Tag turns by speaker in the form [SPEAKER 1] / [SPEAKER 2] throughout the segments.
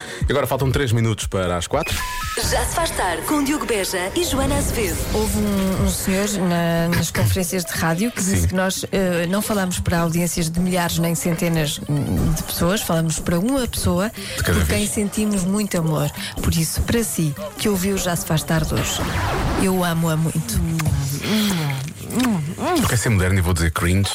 [SPEAKER 1] E Agora faltam 3 minutos para as 4.
[SPEAKER 2] Já se faz tarde com Diogo Beja e Joana Azevedo.
[SPEAKER 3] Houve um, um senhor na- nas conferências de rádio que disse que nós eh, não falamos para audiências de milhares nem centenas hum, de pessoas, falamos para uma pessoa
[SPEAKER 1] cada
[SPEAKER 3] por quem
[SPEAKER 1] vez.
[SPEAKER 3] sentimos muito amor. Por isso, para si, que ouviu Já Se Faz Tarde hoje, eu amo-a muito.
[SPEAKER 1] Porque é ser moderno e vou dizer cringe.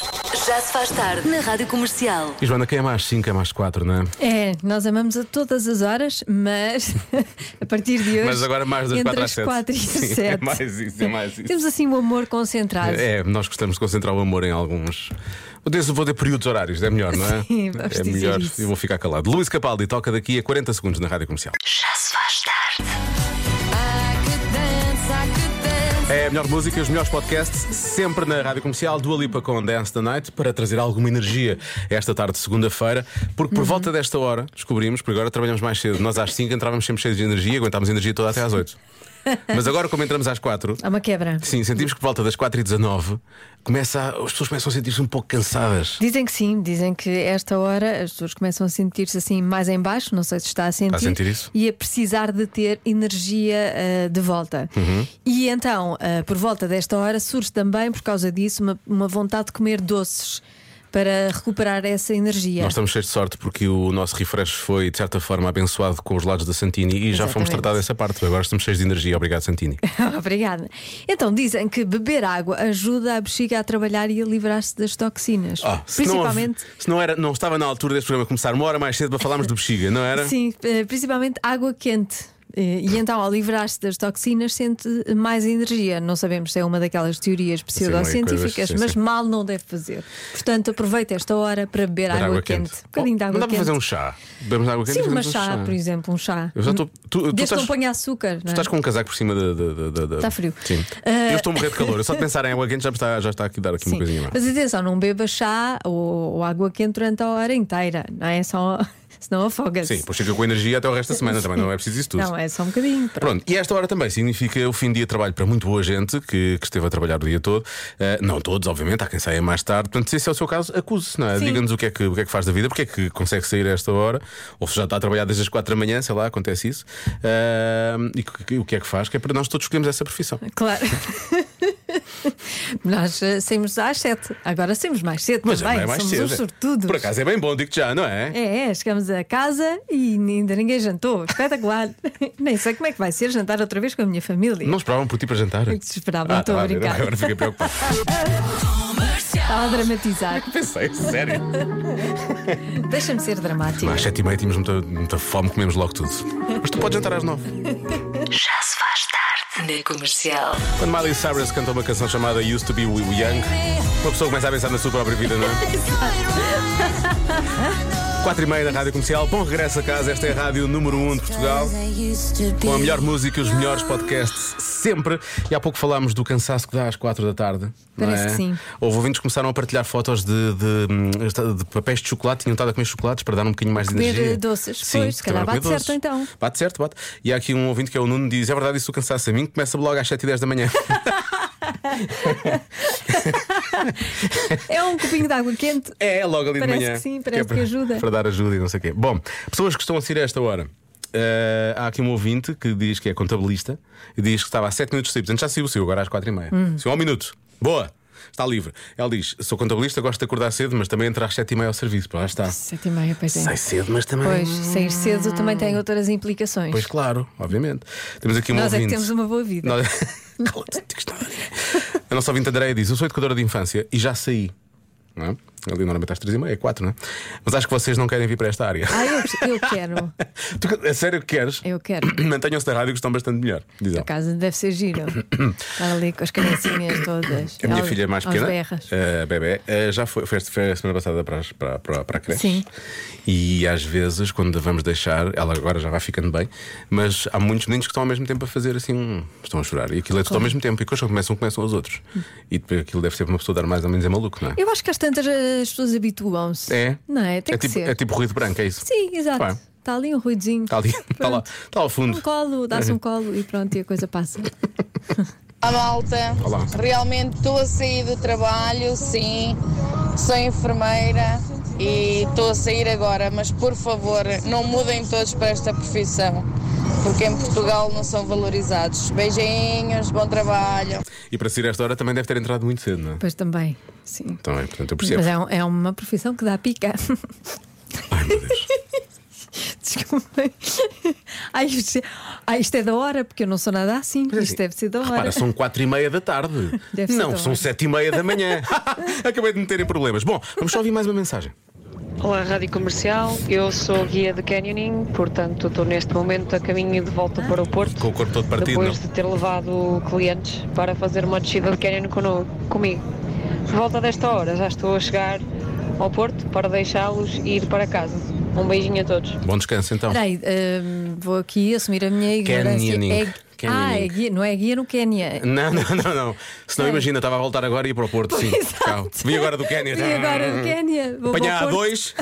[SPEAKER 2] Já se faz tarde na Rádio Comercial.
[SPEAKER 1] E Joana, quem é mais 5 é mais 4, não é?
[SPEAKER 3] É, nós amamos a todas as horas, mas a partir de hoje.
[SPEAKER 1] Mas agora mais das
[SPEAKER 3] entre
[SPEAKER 1] quatro às
[SPEAKER 3] as
[SPEAKER 1] sete.
[SPEAKER 3] quatro e
[SPEAKER 1] Sim,
[SPEAKER 3] as
[SPEAKER 1] é
[SPEAKER 3] 7.
[SPEAKER 1] mais isso, é mais isso.
[SPEAKER 3] Temos assim o amor concentrado.
[SPEAKER 1] É, nós gostamos de concentrar o amor em alguns. Vou dizer, vou dizer períodos horários, é melhor, não é?
[SPEAKER 3] Sim, vamos
[SPEAKER 1] é
[SPEAKER 3] dizer
[SPEAKER 1] melhor.
[SPEAKER 3] isso.
[SPEAKER 1] Eu vou ficar calado. Luís Capaldi toca daqui a 40 segundos na rádio comercial.
[SPEAKER 2] Já se faz tarde.
[SPEAKER 1] É a melhor música, os melhores podcasts, sempre na Rádio Comercial, Dua Lipa com Dance the Night, para trazer alguma energia esta tarde de segunda-feira, porque por volta desta hora descobrimos, porque agora trabalhamos mais cedo, nós às 5 entrávamos sempre cheios de energia, aguentámos energia toda até às 8. Mas agora, como entramos às 4,
[SPEAKER 3] Há uma quebra.
[SPEAKER 1] sim, sentimos que por volta das 4h19 começa a- as pessoas começam a sentir-se um pouco cansadas.
[SPEAKER 3] Dizem que sim, dizem que esta hora as pessoas começam a sentir-se assim mais em baixo, não sei se está a sentir,
[SPEAKER 1] sentir isso?
[SPEAKER 3] e a precisar de ter energia ah, de volta.
[SPEAKER 1] Uhum.
[SPEAKER 3] E então, ah, por volta desta hora, surge também, por causa disso, uma, uma vontade de comer doces para recuperar essa energia.
[SPEAKER 1] Nós estamos cheios de sorte porque o nosso refresh foi, de certa forma, abençoado com os lados da Santini e já fomos
[SPEAKER 3] Exatamente.
[SPEAKER 1] tratar dessa parte. Agora estamos cheios de energia. Obrigado, Santini.
[SPEAKER 3] Obrigada. Então, dizem que beber água ajuda a bexiga a trabalhar e a livrar-se das toxinas.
[SPEAKER 1] Ah, se não houve-
[SPEAKER 3] principalmente.
[SPEAKER 1] se não, era, não estava na altura deste programa começar uma hora mais cedo para falarmos de bexiga, não era?
[SPEAKER 3] Sim, eh, principalmente água quente. Eh, E então, ao livrar-se das toxinas, sente mais energia. Não sabemos se é uma daquelas teorias
[SPEAKER 1] é uma
[SPEAKER 3] pseudocientíficas,
[SPEAKER 1] coisa, sim,
[SPEAKER 3] mas
[SPEAKER 1] sim.
[SPEAKER 3] mal não deve fazer. Portanto, aproveita esta hora para beber
[SPEAKER 1] Era
[SPEAKER 3] água, quente. Um bocadinho de
[SPEAKER 1] não
[SPEAKER 3] água
[SPEAKER 1] dá
[SPEAKER 3] quente.
[SPEAKER 1] para fazer um chá. Bebemos água quente
[SPEAKER 3] Sim,
[SPEAKER 1] e
[SPEAKER 3] uma
[SPEAKER 1] fazemos um
[SPEAKER 3] chá, por exemplo, um chá.
[SPEAKER 1] Eu já estou. Tu, tu
[SPEAKER 3] Desde que
[SPEAKER 1] estás,
[SPEAKER 3] não
[SPEAKER 1] tu
[SPEAKER 3] ponha açúcar. Não é?
[SPEAKER 1] estás com um casaco por cima da. da- da- da- da-
[SPEAKER 3] Está frio.
[SPEAKER 1] Sim.
[SPEAKER 3] Eh,
[SPEAKER 1] Eu estou a morrer de calor. Eu só de pensar em água quente já me está, já está aqui a dar aqui
[SPEAKER 3] Sim.
[SPEAKER 1] uma coisinha. má.
[SPEAKER 3] Mas atenção, não beba chá ou, ou água quente durante a hora inteira, não é? Só, senão afoga-se.
[SPEAKER 1] Sim, depois fica com energia até o resto da semana também. Não é preciso isso tudo.
[SPEAKER 3] não, é só um bocadinho. pronto.
[SPEAKER 1] Pronto, e esta hora também significa o fim de dia de trabalho para muito boa gente que, que esteve a trabalhar o dia todo. Eh, não todos, obviamente, há quem saia mais tarde. Portanto, se esse é o seu caso, acuse-se, não é?
[SPEAKER 3] Sim.
[SPEAKER 1] Diga-nos o, que é que- o que é que faz da vida, porque é que consegue sair a esta hora, ou se já está a trabalhar desde as quatro da manhã, sei lá, acontece isso. Eh, e que- que- o que é que faz? Que é para nós todos escolhemos essa profissão.
[SPEAKER 3] Claro. Nós eh, saímos às sete, agora saímos mais cedo
[SPEAKER 1] Mas
[SPEAKER 3] também.
[SPEAKER 1] é mais
[SPEAKER 3] Somos
[SPEAKER 1] cedo.
[SPEAKER 3] uns
[SPEAKER 1] é.
[SPEAKER 3] sortudos.
[SPEAKER 1] Por acaso é bem bom, digo já, não é?
[SPEAKER 3] É, é, chegamos a casa e ainda ninguém jantou. Espetacular. Nem sei como é que vai ser jantar outra vez com a minha família.
[SPEAKER 1] Não esperavam por ti para jantar.
[SPEAKER 3] Que se esperava, estou
[SPEAKER 1] tá
[SPEAKER 3] a
[SPEAKER 1] bem,
[SPEAKER 3] brincar.
[SPEAKER 1] Agora fiquei preocupado.
[SPEAKER 3] Estava a dramatizar.
[SPEAKER 1] Pensei, É sério.
[SPEAKER 3] Deixa-me ser dramático.
[SPEAKER 1] Às sete e meia tínhamos muita, muita fome, comemos logo tudo. Mas tu podes jantar às nove.
[SPEAKER 2] Já se faz tarde na Comercial.
[SPEAKER 1] Quando Miley Cyrus cantou uma canção chamada Used to Be We Were Young, uma pessoa começa a pensar na sua própria vida, não é? Quatro e meia da Rádio Comercial, bom regresso a casa, esta é a Rádio número 1 um de Portugal, com a melhor música e os melhores podcasts sempre. E há pouco falámos do cansaço que dá às quatro da tarde. não
[SPEAKER 3] Parece
[SPEAKER 1] é?
[SPEAKER 3] que sim.
[SPEAKER 1] Houve ouvintes que começaram a partilhar fotos de, de, hum, esta- de papéis de chocolate, tinham estado a comer chocolates para dar um bocadinho mais de
[SPEAKER 3] Comer,
[SPEAKER 1] energia.
[SPEAKER 3] eh, doces.
[SPEAKER 1] Sim,
[SPEAKER 3] Pois, se calhar
[SPEAKER 1] acabaram a
[SPEAKER 3] bate
[SPEAKER 1] comer
[SPEAKER 3] certo, então.
[SPEAKER 1] Bate certo, bate. E há aqui um ouvinte que é o Nuno diz: é verdade, isso do cansaço a mim começa logo às 7 e 10 da manhã.
[SPEAKER 3] É um copinho de água quente.
[SPEAKER 1] É, logo ali
[SPEAKER 3] Parece
[SPEAKER 1] de manhã.
[SPEAKER 3] que sim, parece que ajuda.
[SPEAKER 1] Para dar ajuda e não sei o quê. Bom, pessoas que estão a sair a esta hora. Eh, há aqui um ouvinte que diz que é contabilista e diz que estava há 7 minutos livres. Antes já saiu, saiu agora às 4 e meia.
[SPEAKER 3] Hum.
[SPEAKER 1] Saiu há um minuto. Boa! Está livre. Ela diz: sou contabilista, gosto de acordar cedo, mas também entro às 7 e meia ao serviço. Pronto, lá está.
[SPEAKER 3] Sete e meia, pois é.
[SPEAKER 1] Sai cedo, mas também.
[SPEAKER 3] Pois, sair cedo também tem outras implicações.
[SPEAKER 1] Pois claro, obviamente. Temos aqui um
[SPEAKER 3] Nós é que
[SPEAKER 1] ouvinte.
[SPEAKER 3] temos uma boa vida.
[SPEAKER 1] Nós- Cala-te, não digas nada a ninguém. A nossa ouvinte Andréia diz: Eu sou educadora de infância e já saí. Não é? Ali normalmente às 3 e meia, 4, não é? Mas acho que vocês não querem vir para esta área.
[SPEAKER 3] Ah, eu, eu quero.
[SPEAKER 1] Tu, a sério que queres?
[SPEAKER 3] Eu quero.
[SPEAKER 1] Mantenham-se da rádio que estão bastante melhor. Diz
[SPEAKER 3] Por
[SPEAKER 1] ela.
[SPEAKER 3] acaso deve ser giro. Estar ali com as canecinhas todas.
[SPEAKER 1] A minha
[SPEAKER 3] Aos-
[SPEAKER 1] filha é mais
[SPEAKER 3] aos
[SPEAKER 1] pequena,
[SPEAKER 3] berras.
[SPEAKER 1] a bebê, eh, já foi, foi, foi a semana passada para, as- para, para, para a creche.
[SPEAKER 3] Sim.
[SPEAKER 1] E às vezes, quando a vamos deixar, ela agora já vai ficando bem, mas há muitos meninos que estão ao mesmo tempo a fazer assim, um- estão a chorar. E aquilo é tudo ao mesmo tempo. E depois quando começam, começam os outros. E depois aquilo deve ser para uma pessoa dar mais ou menos é maluco, não é?
[SPEAKER 3] Hum. Eu acho que às tantas eh, as pessoas habituam-se.
[SPEAKER 1] É?
[SPEAKER 3] Não é? Tem
[SPEAKER 1] é
[SPEAKER 3] que
[SPEAKER 1] tipo,
[SPEAKER 3] ser.
[SPEAKER 1] É tipo ruído branco, é isso?
[SPEAKER 3] Sim, exato.
[SPEAKER 1] Pá.
[SPEAKER 3] Está ali um ruidozinho.
[SPEAKER 1] Está ali, está lá, Uhum. está lá ao fundo.
[SPEAKER 3] Um colo, dá-se um colo e pronto, e a coisa passa.
[SPEAKER 4] Olá, malta.
[SPEAKER 1] Olá.
[SPEAKER 4] Realmente estou a sair do trabalho, sim. Sou enfermeira e estou a sair agora, mas por favor, não mudem todos para esta profissão, porque em Portugal não são valorizados. Beijinhos, bom trabalho.
[SPEAKER 1] E para sair a esta hora também deve ter entrado muito cedo, não é?
[SPEAKER 3] Pois também, sim.
[SPEAKER 1] Também, portanto, eu percebo.
[SPEAKER 3] Mas é, um- é uma profissão que dá pica.
[SPEAKER 1] Ai, meu Deus.
[SPEAKER 3] Desculpem. Ai, isto, ai, isto é da hora, porque eu não sou nada assim.
[SPEAKER 1] Mas
[SPEAKER 3] Isto
[SPEAKER 1] assim,
[SPEAKER 3] deve ser da hora.
[SPEAKER 1] Repara, são quatro e meia da tarde.
[SPEAKER 3] Deve ser
[SPEAKER 1] não,
[SPEAKER 3] da
[SPEAKER 1] são
[SPEAKER 3] hora.
[SPEAKER 1] sete e meia da manhã. Acabei de me ter em problemas. Bom, vamos só ouvir mais uma mensagem.
[SPEAKER 5] Olá, Rádio Comercial. Eu sou guia de canyoning, portanto estou neste momento a caminho de volta para o Porto.
[SPEAKER 1] Com o corpo todo partido,
[SPEAKER 5] Depois
[SPEAKER 1] não?
[SPEAKER 5] de ter levado clientes para fazer uma descida de canyon cono- comigo. Por volta desta hora já estou a chegar ao Porto para deixá-los ir para casa. Um beijinho a todos.
[SPEAKER 1] Bom descanso então.
[SPEAKER 3] Espera aí, hum, vou aqui assumir a minha ignorância.
[SPEAKER 1] Canyoning.
[SPEAKER 3] É- ah, é
[SPEAKER 1] Canyoning.
[SPEAKER 3] guia, não é guia no Quénia.
[SPEAKER 1] Não, não, não, não. Se não
[SPEAKER 3] Ai.
[SPEAKER 1] imagina, estava a voltar agora e ia para o Porto, sim.
[SPEAKER 3] Exato.
[SPEAKER 1] Carro. Vim agora do Quénia.
[SPEAKER 3] Vim agora do Quénia. Vou-
[SPEAKER 1] Apanhar
[SPEAKER 3] vou
[SPEAKER 1] a
[SPEAKER 3] pôr-
[SPEAKER 1] dois.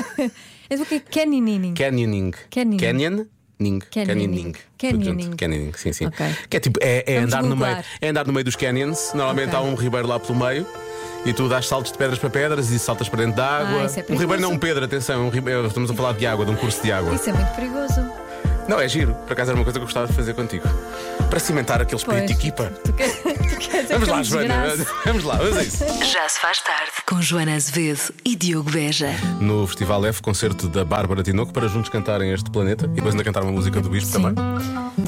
[SPEAKER 3] É do que? Canyoning.
[SPEAKER 1] Canyoning.
[SPEAKER 3] Canyoning.
[SPEAKER 1] Canyoning.
[SPEAKER 3] Canyoning.
[SPEAKER 1] Canyoning.
[SPEAKER 3] Canyoning.
[SPEAKER 1] Canyoning, sim, sim.
[SPEAKER 3] Ok.
[SPEAKER 1] Que é tipo, é, é
[SPEAKER 3] Vamos
[SPEAKER 1] andar no meio,
[SPEAKER 3] googlar.
[SPEAKER 1] é andar no meio dos canyons. Normalmente
[SPEAKER 3] Ok.
[SPEAKER 1] há um ribeiro lá pelo meio. E tu dás saltos de pedras para pedras e saltas para dentro da água.
[SPEAKER 3] Ah, isso é
[SPEAKER 1] um ribeiro
[SPEAKER 3] perigoso.
[SPEAKER 1] não é um pedra, atenção, é um ribeiro, estamos a falar de água, de um curso de água.
[SPEAKER 3] Isso é muito perigoso.
[SPEAKER 1] Não, é giro. Por acaso era uma coisa que eu gostava de fazer contigo. Para cimentar aquele espírito de
[SPEAKER 3] Pois.
[SPEAKER 1] equipa.
[SPEAKER 3] Tu quer- tu queres é
[SPEAKER 1] Vamos
[SPEAKER 3] que eu
[SPEAKER 1] lá,
[SPEAKER 3] me
[SPEAKER 1] Joana.
[SPEAKER 3] desgrace?
[SPEAKER 1] Vamos lá, vamos a isso.
[SPEAKER 2] Já se faz tarde. Com Joana Azevedo e Diogo Beja.
[SPEAKER 1] no Festival F, concerto da Bárbara Tinoco, para juntos cantarem este planeta e depois ainda cantar uma música do Bispo também.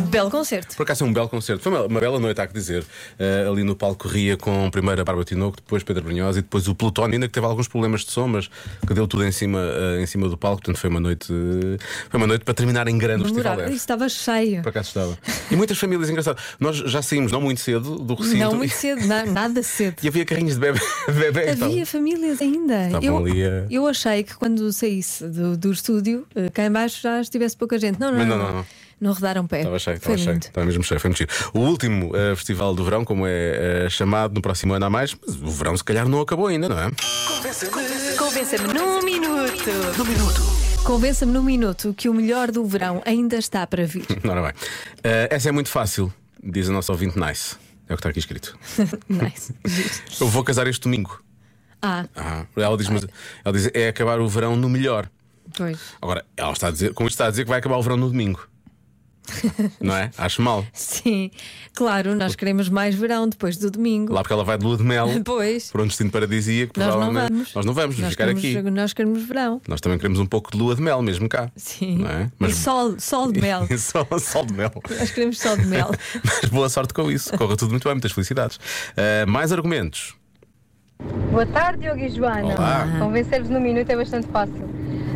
[SPEAKER 3] Belo concerto.
[SPEAKER 1] Por acaso é um belo concerto. Foi uma, uma bela noite, há que dizer. Eh, ali no palco Ria, com primeiro a Bárbara Tinoco, depois Pedro Brunhosa e depois o Plutónio, ainda que teve alguns problemas de som, mas que deu tudo em cima, eh, em cima do palco. Portanto, foi uma noite, eh, foi uma noite para terminar em grande o Festival
[SPEAKER 3] Memorável. Isto
[SPEAKER 1] F.
[SPEAKER 3] Estava cheio.
[SPEAKER 1] Por acaso estava. E muitas famílias, engraçado. Nós já saímos não muito cedo do recinto
[SPEAKER 3] Não muito cedo, na- nada cedo.
[SPEAKER 1] e havia carrinhos de bebê. bebê então.
[SPEAKER 3] Havia famílias ainda.
[SPEAKER 1] Estavam
[SPEAKER 3] Eu,
[SPEAKER 1] ali a-
[SPEAKER 3] eu achei que quando saísse do, do estúdio, eh, cá em baixo já estivesse pouca gente. Não, não,
[SPEAKER 1] Mas
[SPEAKER 3] não.
[SPEAKER 1] não, não, não.
[SPEAKER 3] Não rodaram pé.
[SPEAKER 1] Estava cheio,
[SPEAKER 3] Foi
[SPEAKER 1] estava cheio.
[SPEAKER 3] lindo.
[SPEAKER 1] Estava mesmo cheio, foi muito giro. O último eh, festival do verão, como é eh, chamado, no próximo ano há mais, mas o verão se calhar não acabou ainda, não é?
[SPEAKER 2] Convença-me num minuto.
[SPEAKER 3] Convença-me num minuto que o melhor do verão ainda está para vir.
[SPEAKER 1] Ora bem. Eh, essa é muito fácil, diz a nossa ouvinte Nice. É o que está aqui escrito.
[SPEAKER 3] nice.
[SPEAKER 1] Eu vou casar este domingo.
[SPEAKER 3] Ah,
[SPEAKER 1] Ah, ela, diz, mas, ela diz é acabar o verão no melhor.
[SPEAKER 3] pois.
[SPEAKER 1] Agora, ela está a dizer, com isto está a dizer que vai acabar o verão no domingo. Não é? Acho mal.
[SPEAKER 3] Sim, claro, nós queremos mais verão depois do domingo.
[SPEAKER 1] Lá porque ela vai de lua de mel
[SPEAKER 3] Depois.
[SPEAKER 1] para um destino paradisíaco.
[SPEAKER 3] Nós não
[SPEAKER 1] provavelmente-
[SPEAKER 3] vamos.
[SPEAKER 1] Nós não vamos, vamos
[SPEAKER 3] Nós
[SPEAKER 1] ficar
[SPEAKER 3] queremos,
[SPEAKER 1] aqui.
[SPEAKER 3] Nós queremos verão.
[SPEAKER 1] Nós também queremos um pouco de lua de mel, mesmo cá.
[SPEAKER 3] Sim.
[SPEAKER 1] Não é?
[SPEAKER 3] E sol, sol de mel.
[SPEAKER 1] Só, só de mel.
[SPEAKER 3] nós queremos sol de mel.
[SPEAKER 1] Mas boa sorte com isso. Corra tudo muito bem, muitas felicidades. Ah, mais argumentos.
[SPEAKER 6] Boa tarde, Diogo e Joana.
[SPEAKER 1] Olá.
[SPEAKER 6] Convencer-vos num minuto é bastante fácil.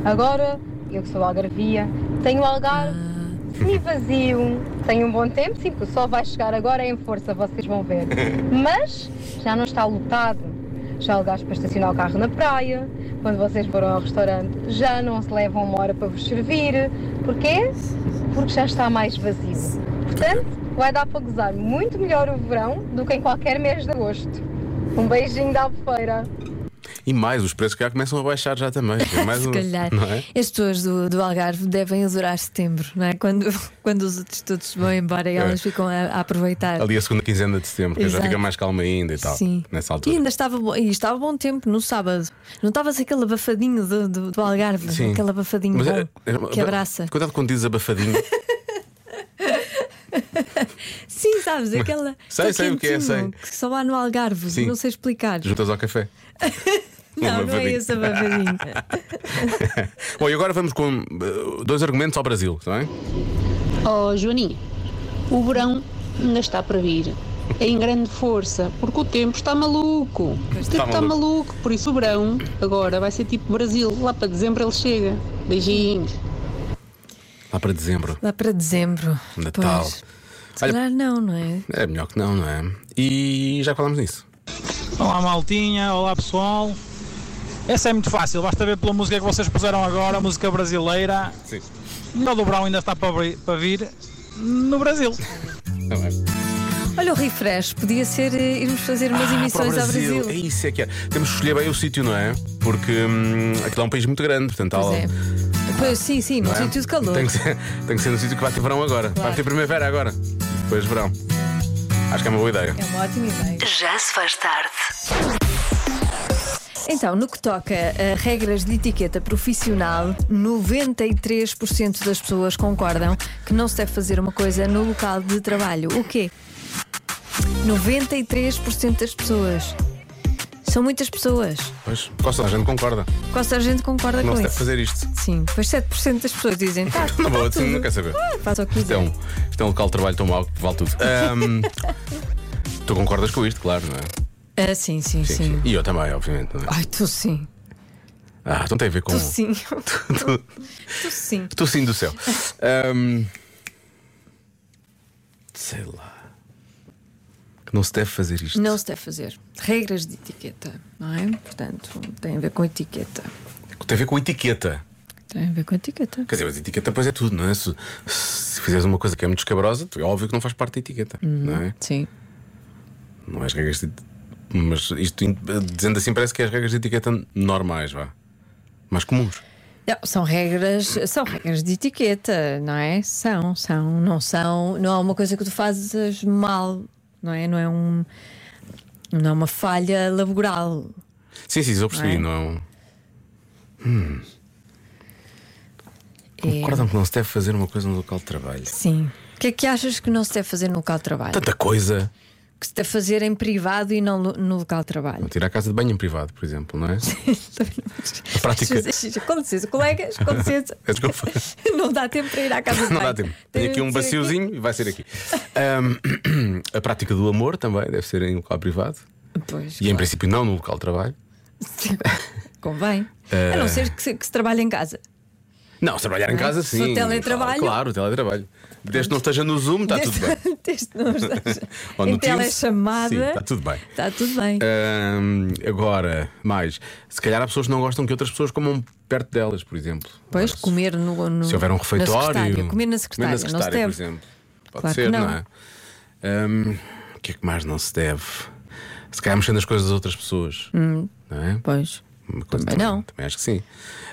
[SPEAKER 6] Agora, eu que sou algarvia, tenho o algarve semi-vazio, tenho um bom tempo, sim, porque o sol vai chegar agora é em força, vocês vão ver. Mas já não está lotado. Já há lugares para estacionar o carro na praia, quando vocês foram ao restaurante já não se levam uma hora para vos servir. Porquê? Porque já está mais vazio. Portanto, vai dar para gozar muito melhor o verão do que em qualquer mês de agosto. Um beijinho da Albufeira.
[SPEAKER 1] E mais, os preços que já começam a baixar já também. É mais
[SPEAKER 3] Se
[SPEAKER 1] um-
[SPEAKER 3] calhar.
[SPEAKER 1] Não é?
[SPEAKER 3] As pessoas do, do Algarve devem adorar setembro, não é? Quando, quando os outros todos vão embora e elas ficam a, a aproveitar.
[SPEAKER 1] É. Ali a segunda quinzena de setembro, que já
[SPEAKER 3] Exato.
[SPEAKER 1] fica mais calma ainda e tal.
[SPEAKER 3] Sim.
[SPEAKER 1] Nessa
[SPEAKER 3] E
[SPEAKER 1] altura.
[SPEAKER 3] ainda estava, bom- e estava bom tempo no sábado. Não estavas aquele abafadinho do, do, do Algarve,
[SPEAKER 1] Sim.
[SPEAKER 3] aquele abafadinho
[SPEAKER 1] Mas
[SPEAKER 3] bom
[SPEAKER 1] é- é-
[SPEAKER 3] que abraça.
[SPEAKER 1] Cuidado quando dizes abafadinho.
[SPEAKER 3] Sim, sabes, aquela.
[SPEAKER 1] Sei, sei o que é,
[SPEAKER 3] quentinho Que só há no Algarve,
[SPEAKER 1] Sim.
[SPEAKER 3] não sei explicar.
[SPEAKER 1] Juntas ao café.
[SPEAKER 3] Não, não é
[SPEAKER 1] abafadinho.
[SPEAKER 3] esse abafadinho.
[SPEAKER 1] Bom, e agora vamos com eh, dois argumentos ao Brasil, está bem?
[SPEAKER 7] Oh, Joaninha, o verão ainda está para vir. Em grande força, porque o tempo está maluco. O tempo está
[SPEAKER 1] maluco.
[SPEAKER 7] maluco, por isso o verão agora vai ser tipo Brasil. Lá para dezembro ele chega. Beijinhos.
[SPEAKER 1] Lá para dezembro,
[SPEAKER 3] Lá para dezembro.
[SPEAKER 1] Natal.
[SPEAKER 3] Pois. Se
[SPEAKER 1] Olha-
[SPEAKER 3] calhar não, não é?
[SPEAKER 1] É melhor que não, não é? E já falámos nisso.
[SPEAKER 8] Olá maltinha, olá pessoal. Essa é muito fácil, basta ver pela música que vocês puseram agora, a música brasileira.
[SPEAKER 1] Sim.
[SPEAKER 8] O melhor do Brown ainda está para abrir- para vir no Brasil.
[SPEAKER 1] Tá bem.
[SPEAKER 3] Olha, o refresh podia ser eh, irmos fazer umas
[SPEAKER 1] Ah,
[SPEAKER 3] emissões
[SPEAKER 1] para o
[SPEAKER 3] ao Brasil.
[SPEAKER 1] É isso é que é. Temos que escolher bem o sítio, não é? Porque hum, aquilo é um país muito grande, portanto há-
[SPEAKER 3] Pois é. Pois, sim, sim,
[SPEAKER 1] não
[SPEAKER 3] no
[SPEAKER 1] é?
[SPEAKER 3] sítio de calor.
[SPEAKER 1] Tem que, ser, tem que ser no sítio que vai ter verão agora.
[SPEAKER 3] Claro.
[SPEAKER 1] Vai ter primavera agora. Depois verão. Acho que é uma boa ideia.
[SPEAKER 3] É uma ótima ideia.
[SPEAKER 2] Já se faz tarde.
[SPEAKER 3] Então, no que toca a regras de etiqueta profissional, 93% das pessoas concordam que não se deve fazer uma coisa no local de trabalho. O quê? 93% das pessoas. São muitas pessoas.
[SPEAKER 1] Pois, Costa, a gente concorda.
[SPEAKER 3] Quase toda a gente concorda
[SPEAKER 1] Não
[SPEAKER 3] com
[SPEAKER 1] se
[SPEAKER 3] isso.
[SPEAKER 1] deve fazer isto.
[SPEAKER 3] Sim, depois 7% das pessoas dizem, tá,
[SPEAKER 1] Na boa,
[SPEAKER 3] tá tudo.
[SPEAKER 1] não quer saber.
[SPEAKER 3] Ah, faz o que
[SPEAKER 1] Isto
[SPEAKER 3] quiser.
[SPEAKER 1] é, um, isto é um local de trabalho tão mau que vale tudo. Ahm, tu concordas com isto, claro, não é?
[SPEAKER 3] Ah, sim, sim, sim.
[SPEAKER 1] E eu também, obviamente. Não é?
[SPEAKER 3] Ai, tu sim.
[SPEAKER 1] Ah, então tem a ver com.
[SPEAKER 3] Tu sim.
[SPEAKER 1] tu,
[SPEAKER 3] tu sim.
[SPEAKER 1] tu sim do céu. Ahm, sei lá. Que não se deve fazer isto.
[SPEAKER 3] Não se deve fazer. Regras de etiqueta, não é? Portanto, tem a ver com etiqueta.
[SPEAKER 1] Tem a ver com etiqueta.
[SPEAKER 3] Tem a ver com etiqueta.
[SPEAKER 1] Quer dizer, mas etiqueta depois é tudo, não é? Se, se fizeres uma coisa que é muito escabrosa, tu- é óbvio que não faz parte da etiqueta, não é?
[SPEAKER 3] Sim.
[SPEAKER 1] Não é as regras de. Mas isto, in- dizendo assim, parece que é as regras de etiqueta normais, vá. Mais comuns.
[SPEAKER 3] Não, são regras, são regras de etiqueta, não é? São, são, não são, não é uma coisa que tu fazes mal, não é? Não é um não é uma falha laboral.
[SPEAKER 1] Sim, sim, isso eu percebi,
[SPEAKER 3] Não
[SPEAKER 1] não
[SPEAKER 3] Hum.
[SPEAKER 1] é? um-
[SPEAKER 3] É,
[SPEAKER 1] Concordam que não se deve fazer uma coisa no local de trabalho.
[SPEAKER 3] sim. O que é que achas que não se deve fazer no local de trabalho?
[SPEAKER 1] Tanta coisa.
[SPEAKER 3] Que se deve fazer em privado e não lo- no local de trabalho.
[SPEAKER 1] Não tirar a casa de banho em privado, por exemplo, não é? A prática.
[SPEAKER 3] Com licença, colegas, com licença.
[SPEAKER 1] É, Desculpa.
[SPEAKER 3] Não dá tempo para ir à casa de
[SPEAKER 1] Não dá
[SPEAKER 3] banho.
[SPEAKER 1] tempo. Tenho aqui um
[SPEAKER 3] de ser
[SPEAKER 1] baciozinho e vai ser aqui. Ahm, a prática do amor também deve ser em local privado.
[SPEAKER 3] Pois,
[SPEAKER 1] E em
[SPEAKER 3] claro.
[SPEAKER 1] princípio não no local de trabalho.
[SPEAKER 3] Convém.
[SPEAKER 1] Eh,
[SPEAKER 3] A não ser que se, que se trabalhe em casa.
[SPEAKER 1] Não, se trabalhar em
[SPEAKER 3] Não é?
[SPEAKER 1] casa,
[SPEAKER 3] Se
[SPEAKER 1] sim.
[SPEAKER 3] for teletrabalho.
[SPEAKER 1] Claro, teletrabalho. Desde que não esteja no Zoom, está tá tudo bem.
[SPEAKER 3] Desde não esteja
[SPEAKER 1] Ou no
[SPEAKER 3] em
[SPEAKER 1] Teams,
[SPEAKER 3] telechamada.
[SPEAKER 1] sim, está tudo bem. Eh,
[SPEAKER 3] Está tudo bem.
[SPEAKER 1] Ahm, agora, mais, se calhar há pessoas que não gostam que outras pessoas comam perto delas, por exemplo.
[SPEAKER 3] Pois,
[SPEAKER 1] Agora, se-
[SPEAKER 3] comer no, no-
[SPEAKER 1] Se houver um
[SPEAKER 3] na secretária.
[SPEAKER 1] refeitório.
[SPEAKER 3] Comer na secretária, não
[SPEAKER 1] por
[SPEAKER 3] se deve.
[SPEAKER 1] exemplo. Pode
[SPEAKER 3] Claro que
[SPEAKER 1] ser,
[SPEAKER 3] não.
[SPEAKER 1] é? Hum, o que é que mais não se deve? Se calhar mexer nas coisas das outras pessoas. Não é?
[SPEAKER 3] Pois.
[SPEAKER 1] Uma coisa
[SPEAKER 3] Hum. também não.
[SPEAKER 1] Também acho que sim.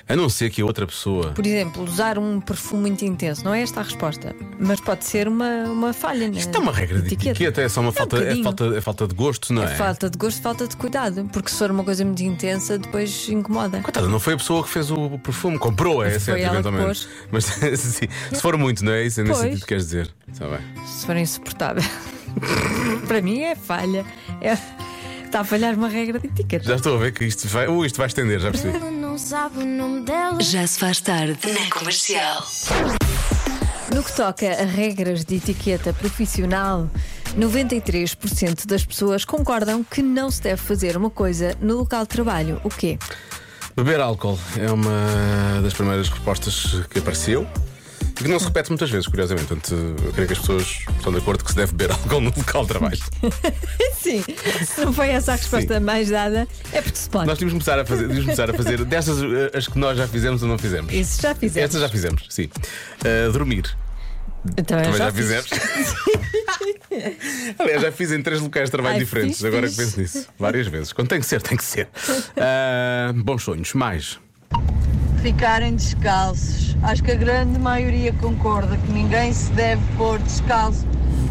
[SPEAKER 1] A não ser que a outra pessoa.
[SPEAKER 3] Por exemplo, usar um perfume muito intenso. Não é esta a resposta. Mas pode ser uma, uma falha, né?
[SPEAKER 1] Isto é uma regra de etiqueta, é só uma
[SPEAKER 3] um
[SPEAKER 1] falta, é
[SPEAKER 3] bocadinho.
[SPEAKER 1] falta, é falta de gosto, não é?
[SPEAKER 3] É falta de gosto, falta de cuidado. Porque se for uma coisa muito intensa, depois incomoda.
[SPEAKER 1] Coitada, não foi a pessoa que fez o perfume, comprou, é certo,
[SPEAKER 3] ela que
[SPEAKER 1] eventualmente. Mas sim, se for muito, não é isso? É nesse
[SPEAKER 3] Pois.
[SPEAKER 1] sentido que queres dizer. Está bem.
[SPEAKER 3] Se for insuportável. Para mim é falha. É- Está a falhar uma regra de etiqueta.
[SPEAKER 1] Já estou a ver que isto vai, uh, isto vai estender, já percebi.
[SPEAKER 9] Não sabe o nome dela.
[SPEAKER 2] Já se faz tarde na comercial.
[SPEAKER 3] No que toca a regras de etiqueta profissional, 93% das pessoas concordam que não se deve fazer uma coisa no local de trabalho. O quê?
[SPEAKER 1] Beber álcool é uma das primeiras respostas que apareceu e que não se repete muitas vezes, curiosamente. Portanto, eu creio que as pessoas estão de acordo que se deve beber álcool no local de trabalho.
[SPEAKER 3] Sim, se não foi essa a resposta mais dada, é porque se pode.
[SPEAKER 1] nós tínhamos de começar a fazer, tínhamos de começar a fazer destas eh, as que nós já fizemos ou não fizemos.
[SPEAKER 3] Isso já fizemos.
[SPEAKER 1] Estas já fizemos, sim. Eh, dormir.
[SPEAKER 3] Então, eu
[SPEAKER 1] Também já,
[SPEAKER 3] fiz.
[SPEAKER 1] fizemos. Aliás, já fiz em três locais de trabalho
[SPEAKER 3] Ai,
[SPEAKER 1] diferentes.
[SPEAKER 3] fiz,
[SPEAKER 1] agora
[SPEAKER 3] fiz.
[SPEAKER 1] que penso nisso. Várias vezes. Quando tem que ser, tem que ser. Ah, bons sonhos. Mais.
[SPEAKER 10] ficarem descalços. Acho que a grande maioria concorda que ninguém se deve pôr descalço,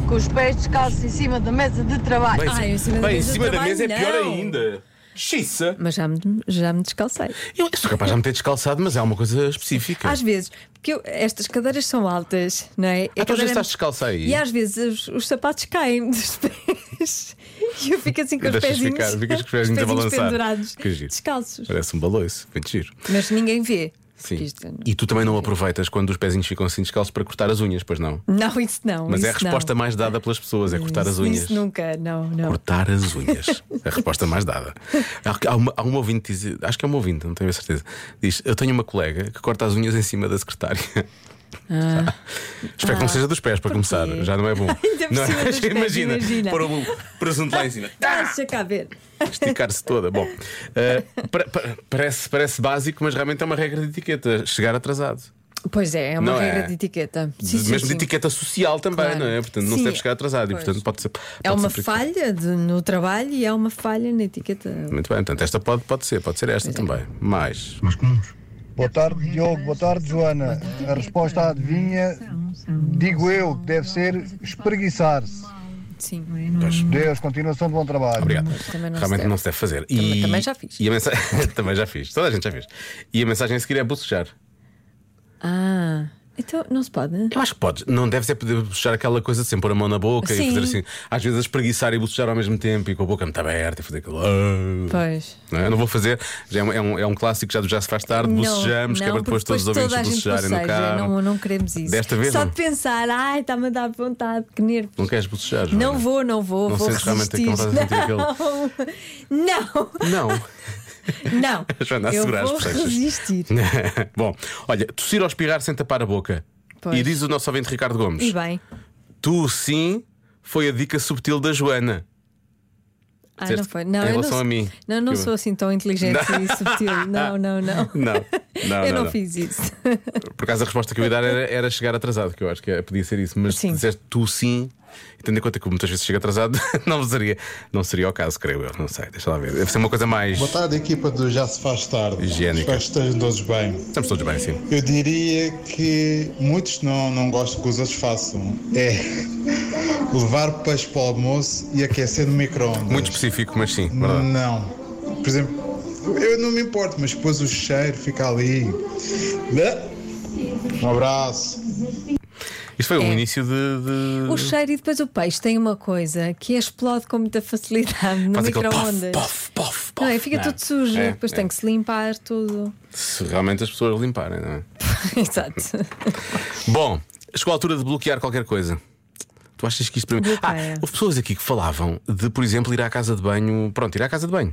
[SPEAKER 10] com os pés descalços em cima da mesa de trabalho.
[SPEAKER 1] Bem,
[SPEAKER 3] Ai, em cima da
[SPEAKER 1] bem, em
[SPEAKER 3] mesa do
[SPEAKER 1] cima da
[SPEAKER 3] trabalho,
[SPEAKER 1] mesa é pior
[SPEAKER 3] não.
[SPEAKER 1] ainda. Xiça.
[SPEAKER 3] Mas já me, já me descalcei.
[SPEAKER 1] Eu sou capaz de já me ter descalçado, mas é uma coisa específica.
[SPEAKER 3] Às vezes, porque eu- estas cadeiras são altas, não é?
[SPEAKER 1] Ah,
[SPEAKER 3] A
[SPEAKER 1] tu já
[SPEAKER 3] cadeira- é-
[SPEAKER 1] estás descalço aí.
[SPEAKER 3] E às vezes os, os sapatos caem dos pés e eu fico assim com
[SPEAKER 1] E
[SPEAKER 3] os
[SPEAKER 1] deixas
[SPEAKER 3] pezinhos,
[SPEAKER 1] ficar, ficas com os pezinhos a balançar.
[SPEAKER 3] pendurados,
[SPEAKER 1] Que giro.
[SPEAKER 3] descalços.
[SPEAKER 1] Parece um baloiço. Muito giro.
[SPEAKER 3] Mas ninguém vê.
[SPEAKER 1] Sim.
[SPEAKER 3] Porque isto- é-
[SPEAKER 1] E tu também não aproveitas quando os pezinhos ficam assim descalços para cortar as unhas, pois não?
[SPEAKER 3] Não, isso não.
[SPEAKER 1] Mas é a
[SPEAKER 3] isso não.
[SPEAKER 1] resposta mais dada pelas pessoas, é cortar as
[SPEAKER 3] Isso-
[SPEAKER 1] unhas.
[SPEAKER 3] Isso nunca, não, não.
[SPEAKER 1] Cortar as unhas. É A resposta mais dada. Há, há, uma, há um ouvinte, que diz, acho que é um ouvinte, não tenho a certeza. Diz: Eu tenho uma colega que corta as unhas em cima da secretária.
[SPEAKER 3] Ah.
[SPEAKER 1] Espero que não seja dos pés para começar, já não é bom.
[SPEAKER 3] por
[SPEAKER 1] não, é?
[SPEAKER 3] cima dos pés,
[SPEAKER 1] imagina,
[SPEAKER 3] imagina. Tá.
[SPEAKER 1] pôr o presunto lá em cima.
[SPEAKER 3] Deixa cá ver.
[SPEAKER 1] Esticar-se toda. Bom, uh, pa- pa- parece, parece básico, mas realmente é uma regra de etiqueta: chegar atrasado.
[SPEAKER 3] Pois é, é uma
[SPEAKER 1] Não é?
[SPEAKER 3] regra de etiqueta. Sim,
[SPEAKER 1] De-
[SPEAKER 3] sim,
[SPEAKER 1] mesmo
[SPEAKER 3] sim.
[SPEAKER 1] de etiqueta social também,
[SPEAKER 3] Claro.
[SPEAKER 1] não é? Portanto, não
[SPEAKER 3] Sim.
[SPEAKER 1] se deve chegar atrasado e,
[SPEAKER 3] Pois.
[SPEAKER 1] portanto, pode ser.
[SPEAKER 3] É
[SPEAKER 1] pode
[SPEAKER 3] uma
[SPEAKER 1] ser-
[SPEAKER 3] falha de- no trabalho e é uma falha na etiqueta.
[SPEAKER 1] Muito bem, portanto, esta pode, pode ser, pode ser esta também. Mais.
[SPEAKER 11] Boa tarde, Diogo. Boa tarde, Joana. A resposta à adivinha, digo eu, que deve ser espreguiçar-se.
[SPEAKER 3] Sim. é?
[SPEAKER 1] Pois.
[SPEAKER 11] Deus, continuação de bom trabalho.
[SPEAKER 1] Obrigado.
[SPEAKER 3] Também não se
[SPEAKER 1] Realmente
[SPEAKER 3] deve.
[SPEAKER 1] não se deve fazer.
[SPEAKER 3] Também-
[SPEAKER 1] e,
[SPEAKER 3] também já fiz.
[SPEAKER 1] E a mensagem, também já fiz. Toda a gente já fez. E a mensagem a seguir é bocejar.
[SPEAKER 3] Ah, então não se pode?
[SPEAKER 1] Eu acho que podes. Não deves é poder bocejar aquela coisa de sempre pôr a mão na boca
[SPEAKER 3] Sim.
[SPEAKER 1] e fazer assim. Às vezes espreguiçar e bocejar ao mesmo tempo e com a boca muito aberta e fazer aquilo.
[SPEAKER 3] Pois.
[SPEAKER 1] Não, é? Não vou fazer. Já é, um- é um, é um clássico já do Já se faz tarde.
[SPEAKER 3] Não,
[SPEAKER 1] Bocejamos, que é
[SPEAKER 3] não,
[SPEAKER 1] para depois
[SPEAKER 3] porque
[SPEAKER 1] todos os ouvintes
[SPEAKER 3] toda a gente
[SPEAKER 1] bocejarem no
[SPEAKER 3] boceja,
[SPEAKER 1] carro.
[SPEAKER 3] Não, não queremos isso.
[SPEAKER 1] Desta vez
[SPEAKER 3] Só
[SPEAKER 1] não.
[SPEAKER 3] de pensar, ai, está-me a dar vontade, que nervo.
[SPEAKER 1] Não queres bocejar? Joana?
[SPEAKER 3] Não vou, não vou,
[SPEAKER 1] Não
[SPEAKER 3] vou
[SPEAKER 1] sentes realmente
[SPEAKER 3] resistir.
[SPEAKER 1] que não estás a sentir aquele-
[SPEAKER 3] Não,
[SPEAKER 1] Não.
[SPEAKER 3] não.
[SPEAKER 1] A Joana a
[SPEAKER 3] Eu
[SPEAKER 1] segurar as
[SPEAKER 3] vou
[SPEAKER 1] bochechas.
[SPEAKER 3] resistir.
[SPEAKER 1] Bom, olha, tossir ou espirrar sem tapar a boca.
[SPEAKER 3] Pois.
[SPEAKER 1] E diz o nosso ouvinte Ricardo Gomes:
[SPEAKER 3] E bem.
[SPEAKER 1] Tu sim foi a dica subtil da Joana.
[SPEAKER 3] Ah,
[SPEAKER 1] Dizeste
[SPEAKER 3] não foi. Não,
[SPEAKER 1] em
[SPEAKER 3] eu
[SPEAKER 1] relação
[SPEAKER 3] não,
[SPEAKER 1] a mim.
[SPEAKER 3] Não, não
[SPEAKER 1] Eu-
[SPEAKER 3] sou assim tão inteligente e subtil. Não, não, não.
[SPEAKER 1] Não, não,
[SPEAKER 3] eu
[SPEAKER 1] não,
[SPEAKER 3] não,
[SPEAKER 1] não.
[SPEAKER 3] fiz isso.
[SPEAKER 1] Por acaso a resposta que eu ia dar era, era chegar atrasado, que eu acho que podia ser isso, mas se disseste tu sim, e tendo em conta que muitas vezes chega atrasado, não seria, não seria o caso, creio eu. Não sei, deixa lá ver. Deve ser uma coisa mais.
[SPEAKER 12] Boa tarde, equipa do Já Se Faz Tarde.
[SPEAKER 1] Higiênica.
[SPEAKER 12] Espero que estejam todos bem.
[SPEAKER 1] Estamos todos bem, sim.
[SPEAKER 12] Eu diria que muitos não, não gostam que os outros façam. É levar peixe para o almoço e aquecer no micro-ondas.
[SPEAKER 1] Muito específico, mas sim, verdade.
[SPEAKER 12] Não. Por exemplo, eu não me importo, mas depois o cheiro fica ali. Né? Um abraço.
[SPEAKER 1] Isto foi o
[SPEAKER 3] É.
[SPEAKER 1] início de. de-
[SPEAKER 3] O cheiro e depois o peixe tem uma coisa que explode com muita facilidade no
[SPEAKER 1] Faz aquele puff,
[SPEAKER 3] micro-ondas.
[SPEAKER 1] puff, puff,
[SPEAKER 3] Não é? Fica
[SPEAKER 1] Não.
[SPEAKER 3] tudo sujo,
[SPEAKER 1] É,
[SPEAKER 3] depois
[SPEAKER 1] é.
[SPEAKER 3] tem que se limpar tudo.
[SPEAKER 1] Se realmente as pessoas limparem, não é?
[SPEAKER 3] Exato.
[SPEAKER 1] Bom, chegou a altura de bloquear qualquer coisa. Tu achas que isto para mim.
[SPEAKER 3] Bloqueia.
[SPEAKER 1] Houve pessoas aqui que falavam de, por exemplo, ir à casa de banho. Pronto, ir à casa de banho.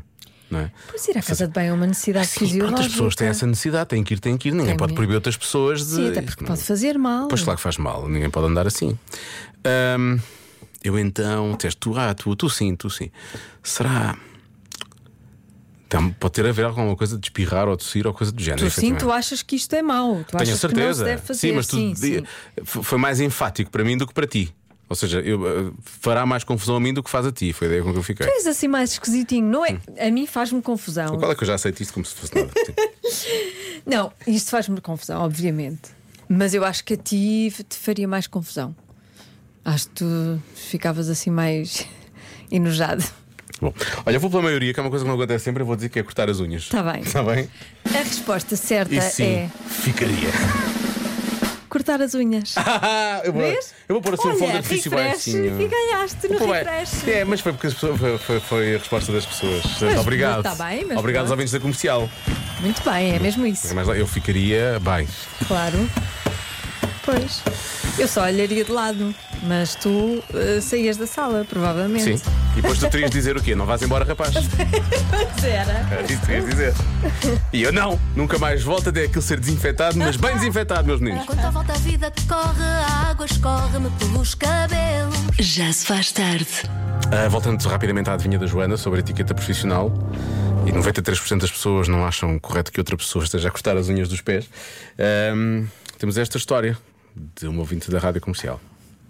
[SPEAKER 1] Não é?
[SPEAKER 3] Pois ir à casa de bem é uma necessidade fisiológica.
[SPEAKER 1] Quantas pessoas têm essa necessidade? Têm que ir, têm que ir. Ninguém
[SPEAKER 3] Tem
[SPEAKER 1] pode
[SPEAKER 3] mesmo.
[SPEAKER 1] proibir outras pessoas de.
[SPEAKER 3] Sim, até porque pode fazer mal.
[SPEAKER 1] Pois claro que faz mal, ninguém pode andar assim. Ahm, eu então, teste tu, ah, tu, tu sim, tu sim. Será. Então, pode ter a ver alguma coisa de espirrar ou tossir ou coisa do género.
[SPEAKER 3] Tu sim,
[SPEAKER 1] efetivamente.
[SPEAKER 3] tu achas que isto é mau. Tu
[SPEAKER 1] Tenho
[SPEAKER 3] achas que não se
[SPEAKER 1] certeza.
[SPEAKER 3] deve fazer.
[SPEAKER 1] sim, mas tu
[SPEAKER 3] sim,
[SPEAKER 1] di-
[SPEAKER 3] sim.
[SPEAKER 1] f- foi mais enfático para mim do que para ti. Ou seja, eu, eh, fará mais confusão a mim do que faz a ti. Foi a ideia com que eu fiquei.
[SPEAKER 3] Tu és assim mais esquisitinho, não
[SPEAKER 1] Hum.
[SPEAKER 3] é? A mim faz-me confusão.
[SPEAKER 1] Qual é que eu já aceito isto como se fosse nada? Sim.
[SPEAKER 3] Não, isto faz-me confusão, obviamente. Mas eu acho que a ti f- te faria mais confusão. Acho que tu ficavas assim mais enojado.
[SPEAKER 1] Bom, olha, vou pela maioria, que é uma coisa que não acontece sempre. Eu vou dizer que é cortar as unhas.
[SPEAKER 3] Tá bem.
[SPEAKER 1] Está bem?
[SPEAKER 3] A resposta certa
[SPEAKER 1] E sim,
[SPEAKER 3] é
[SPEAKER 1] ficaria.
[SPEAKER 3] cortar as unhas.
[SPEAKER 1] eu, vou,
[SPEAKER 3] Vês?
[SPEAKER 1] Ah, eu vou pôr assim um
[SPEAKER 3] Olha,
[SPEAKER 1] fogo de artifício
[SPEAKER 3] refresh,
[SPEAKER 1] baixinho.
[SPEAKER 3] E ganhaste no
[SPEAKER 1] Pô, bem,
[SPEAKER 3] refresh.
[SPEAKER 1] É, mas foi porque as pessoas- foi, foi- foi a resposta das pessoas. Portanto, Obrigado.
[SPEAKER 3] mas tá bem, mas
[SPEAKER 1] Obrigado aos
[SPEAKER 3] pronto.
[SPEAKER 1] ouvintes da comercial.
[SPEAKER 3] Muito bem, é mesmo isso.
[SPEAKER 1] Mas eu ficaria bem.
[SPEAKER 3] Claro. Pois. Eu só olharia de lado, mas tu eh, saías da sala, provavelmente.
[SPEAKER 1] Sim. E depois tu terias de dizer o quê? Não vás embora, rapaz.
[SPEAKER 3] Pois era.
[SPEAKER 1] Era isso que terias de dizer. E eu não. Nunca mais volto até aquilo ser desinfetado, mas bem desinfetado, meus meninos.
[SPEAKER 9] Enquanto a volta a vida corre, a água escorre-me pelos cabelos.
[SPEAKER 2] Já se faz tarde.
[SPEAKER 1] Ah, voltando rapidamente à adivinha da Joana sobre a etiqueta profissional, e 93% das pessoas não acham correto que outra pessoa esteja a cortar as unhas dos pés, ahm, temos esta história de um ouvinte da rádio comercial.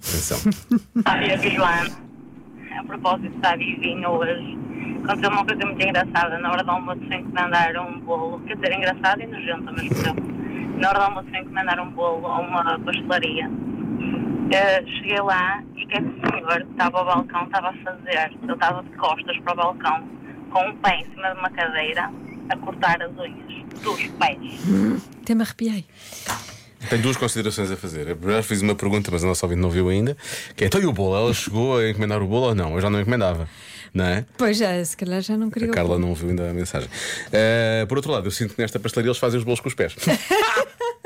[SPEAKER 1] Atenção.
[SPEAKER 13] Olha, Joana, a propósito está vivinho hoje, aconteceu uma coisa muito engraçada. Na hora do almoço fui encomendar um bolo, quer dizer, engraçado e nojento ao mesmo tempo. Na hora do almoço fui encomendar um bolo a uma pastelaria. Eh, cheguei lá e o que é que o senhor que estava ao balcão estava a fazer? Ele estava de costas para o balcão, com um pé em cima de uma cadeira, a cortar as unhas dos pés.
[SPEAKER 3] Até me arrepiei.
[SPEAKER 1] Tenho duas considerações a fazer. Eu já fiz uma pergunta, mas a nossa ouvinte não viu ainda. Que é, então e o bolo? Ela chegou a encomendar o bolo ou não? Eu já não encomendava, não é?
[SPEAKER 3] Pois já, se calhar já não queria.
[SPEAKER 1] A Carla não ouviu ainda a mensagem. Ah, por outro lado, eu sinto que nesta pastelaria eles fazem os bolos com os pés.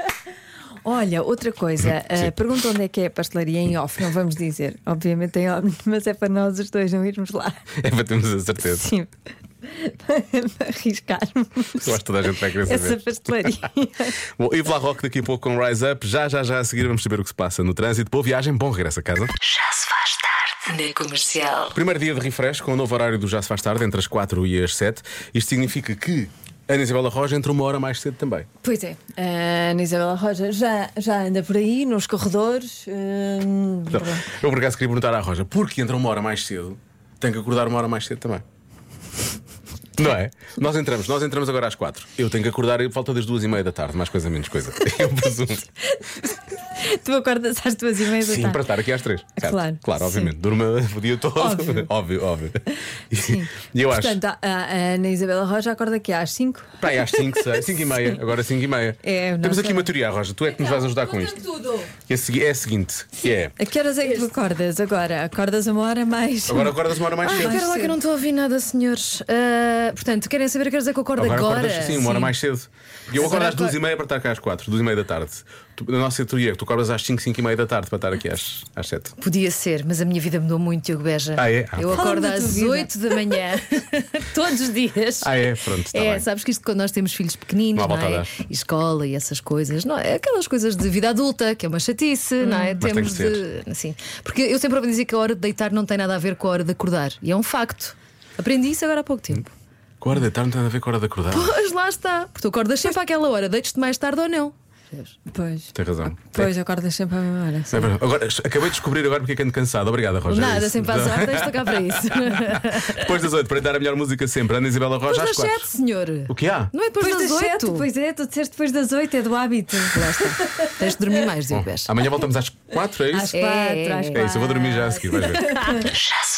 [SPEAKER 3] Olha, outra coisa,
[SPEAKER 1] Sim.
[SPEAKER 3] uh, pergunta onde é que é a pastelaria em off, não vamos dizer. Obviamente em off, mas é para nós os dois não irmos lá.
[SPEAKER 1] é para termos a certeza.
[SPEAKER 3] Sim. para arriscarmos
[SPEAKER 1] Eu acho que toda a gente vai querer saber.
[SPEAKER 3] essa pastelaria.
[SPEAKER 1] Bom, Yves La Rock daqui a pouco com Rise Up. Já, já, já a seguir vamos saber o que se passa no trânsito. Boa viagem, bom regresso a casa.
[SPEAKER 2] Já se faz tarde. Na comercial.
[SPEAKER 1] Primeiro dia de refresh com o novo horário do Já Se Faz Tarde, entre as 4 e as 7. Isto significa que Ana Isabela Roja entra uma hora mais cedo também.
[SPEAKER 3] Pois é, a Ana Isabela Roja já, já anda por aí, nos corredores. hum,
[SPEAKER 1] Então, eu por acaso queria perguntar à Roja, porque entra uma hora mais cedo, tem que acordar uma hora mais cedo também. Não é? Nós entramos, nós entramos agora às 4. Eu tenho que acordar e falta das duas e meia da tarde, mais coisa menos coisa. Eu presumo.
[SPEAKER 3] tu acordas às duas e meia da
[SPEAKER 1] Sim,
[SPEAKER 3] tarde.
[SPEAKER 1] para estar aqui às três.
[SPEAKER 3] É
[SPEAKER 1] Certo?
[SPEAKER 3] claro,
[SPEAKER 1] Claro,
[SPEAKER 3] sim.
[SPEAKER 1] obviamente. Durma o dia todo.
[SPEAKER 3] Óbvio.
[SPEAKER 1] óbvio. óbvio. E- E eu acho.
[SPEAKER 3] Portanto, a, a Ana Isabela Roja acorda aqui às 5.
[SPEAKER 1] Para aí às 5, 6, 5 e meia, agora 5 e meia.
[SPEAKER 3] É, não
[SPEAKER 1] Temos aqui
[SPEAKER 3] sei.
[SPEAKER 1] uma teoria, Roja, tu é que nos vais ajudar com isto.
[SPEAKER 3] Tudo.
[SPEAKER 1] E a segui- É a seguinte, que é.
[SPEAKER 3] A que horas é que tu acordas agora? Acordas uma hora mais.
[SPEAKER 1] Agora acordas uma hora mais
[SPEAKER 14] Ah,
[SPEAKER 1] cedo.
[SPEAKER 14] espera lá que eu não estou a ouvir nada, senhores. Ah, portanto, querem saber a que horas é que eu acordo agora?
[SPEAKER 1] acordas sim, uma hora mais cedo. Porque eu
[SPEAKER 14] Agora
[SPEAKER 1] acordo às duas
[SPEAKER 14] acordo-
[SPEAKER 1] e meia para estar cá às quatro, duas e meia da tarde. Tu, na nossa teoria, é que tu acordas às 5, 5 e meia da tarde para estar aqui às, às 7.
[SPEAKER 14] Podia ser, mas a minha vida mudou muito, Diogo Beja.
[SPEAKER 1] Ah, é? Ah,
[SPEAKER 14] eu
[SPEAKER 1] pronto.
[SPEAKER 14] acordo
[SPEAKER 1] Fala-me da tua
[SPEAKER 14] às
[SPEAKER 1] vida.
[SPEAKER 14] 8 da manhã, todos os dias.
[SPEAKER 1] Ah, é? Pronto, está
[SPEAKER 14] é,
[SPEAKER 1] bem.
[SPEAKER 14] sabes que isto quando nós temos filhos pequeninos,
[SPEAKER 1] Não há
[SPEAKER 14] não,
[SPEAKER 1] volta a
[SPEAKER 14] é?
[SPEAKER 1] dar.
[SPEAKER 14] E escola e essas coisas, não é? Aquelas coisas de vida adulta, que é uma chatice, não é?
[SPEAKER 1] Mas tem que
[SPEAKER 14] de. Assim, porque eu sempre ouvi dizer que a hora de deitar não tem nada a ver com a hora de acordar. E é um facto. Aprendi isso agora há pouco tempo.
[SPEAKER 1] Com a hora de deitar não tem nada a ver com a hora de acordar.
[SPEAKER 14] Pois lá está. Porque tu acordas sempre àquela hora, deites-te mais tarde ou não.
[SPEAKER 3] Pois.
[SPEAKER 1] Tem razão.
[SPEAKER 3] Pois, acordas sempre à mesma hora.
[SPEAKER 1] É verdade. Agora, acabei de descobrir agora porque é que ando cansado. Obrigada, Roja. é
[SPEAKER 14] Nada,
[SPEAKER 1] isso.
[SPEAKER 14] sempre às assim, ordens, estou cá para isso.
[SPEAKER 1] Depois das 8, para lhe dar a melhor música sempre, Ana Isabela Roja
[SPEAKER 14] Depois
[SPEAKER 1] às
[SPEAKER 14] das
[SPEAKER 1] 4.
[SPEAKER 14] 7, senhor.
[SPEAKER 1] O que há?
[SPEAKER 14] Não é depois das
[SPEAKER 3] sete,
[SPEAKER 14] 8?
[SPEAKER 3] Pois é, tu disseste depois das 8, é do hábito.
[SPEAKER 14] Tens de dormir mais,
[SPEAKER 1] Bom, amanhã voltamos às 4, é isso?
[SPEAKER 3] Às quatro, às
[SPEAKER 1] É isso, eu vou dormir já a seguir, vais ver.
[SPEAKER 3] Já se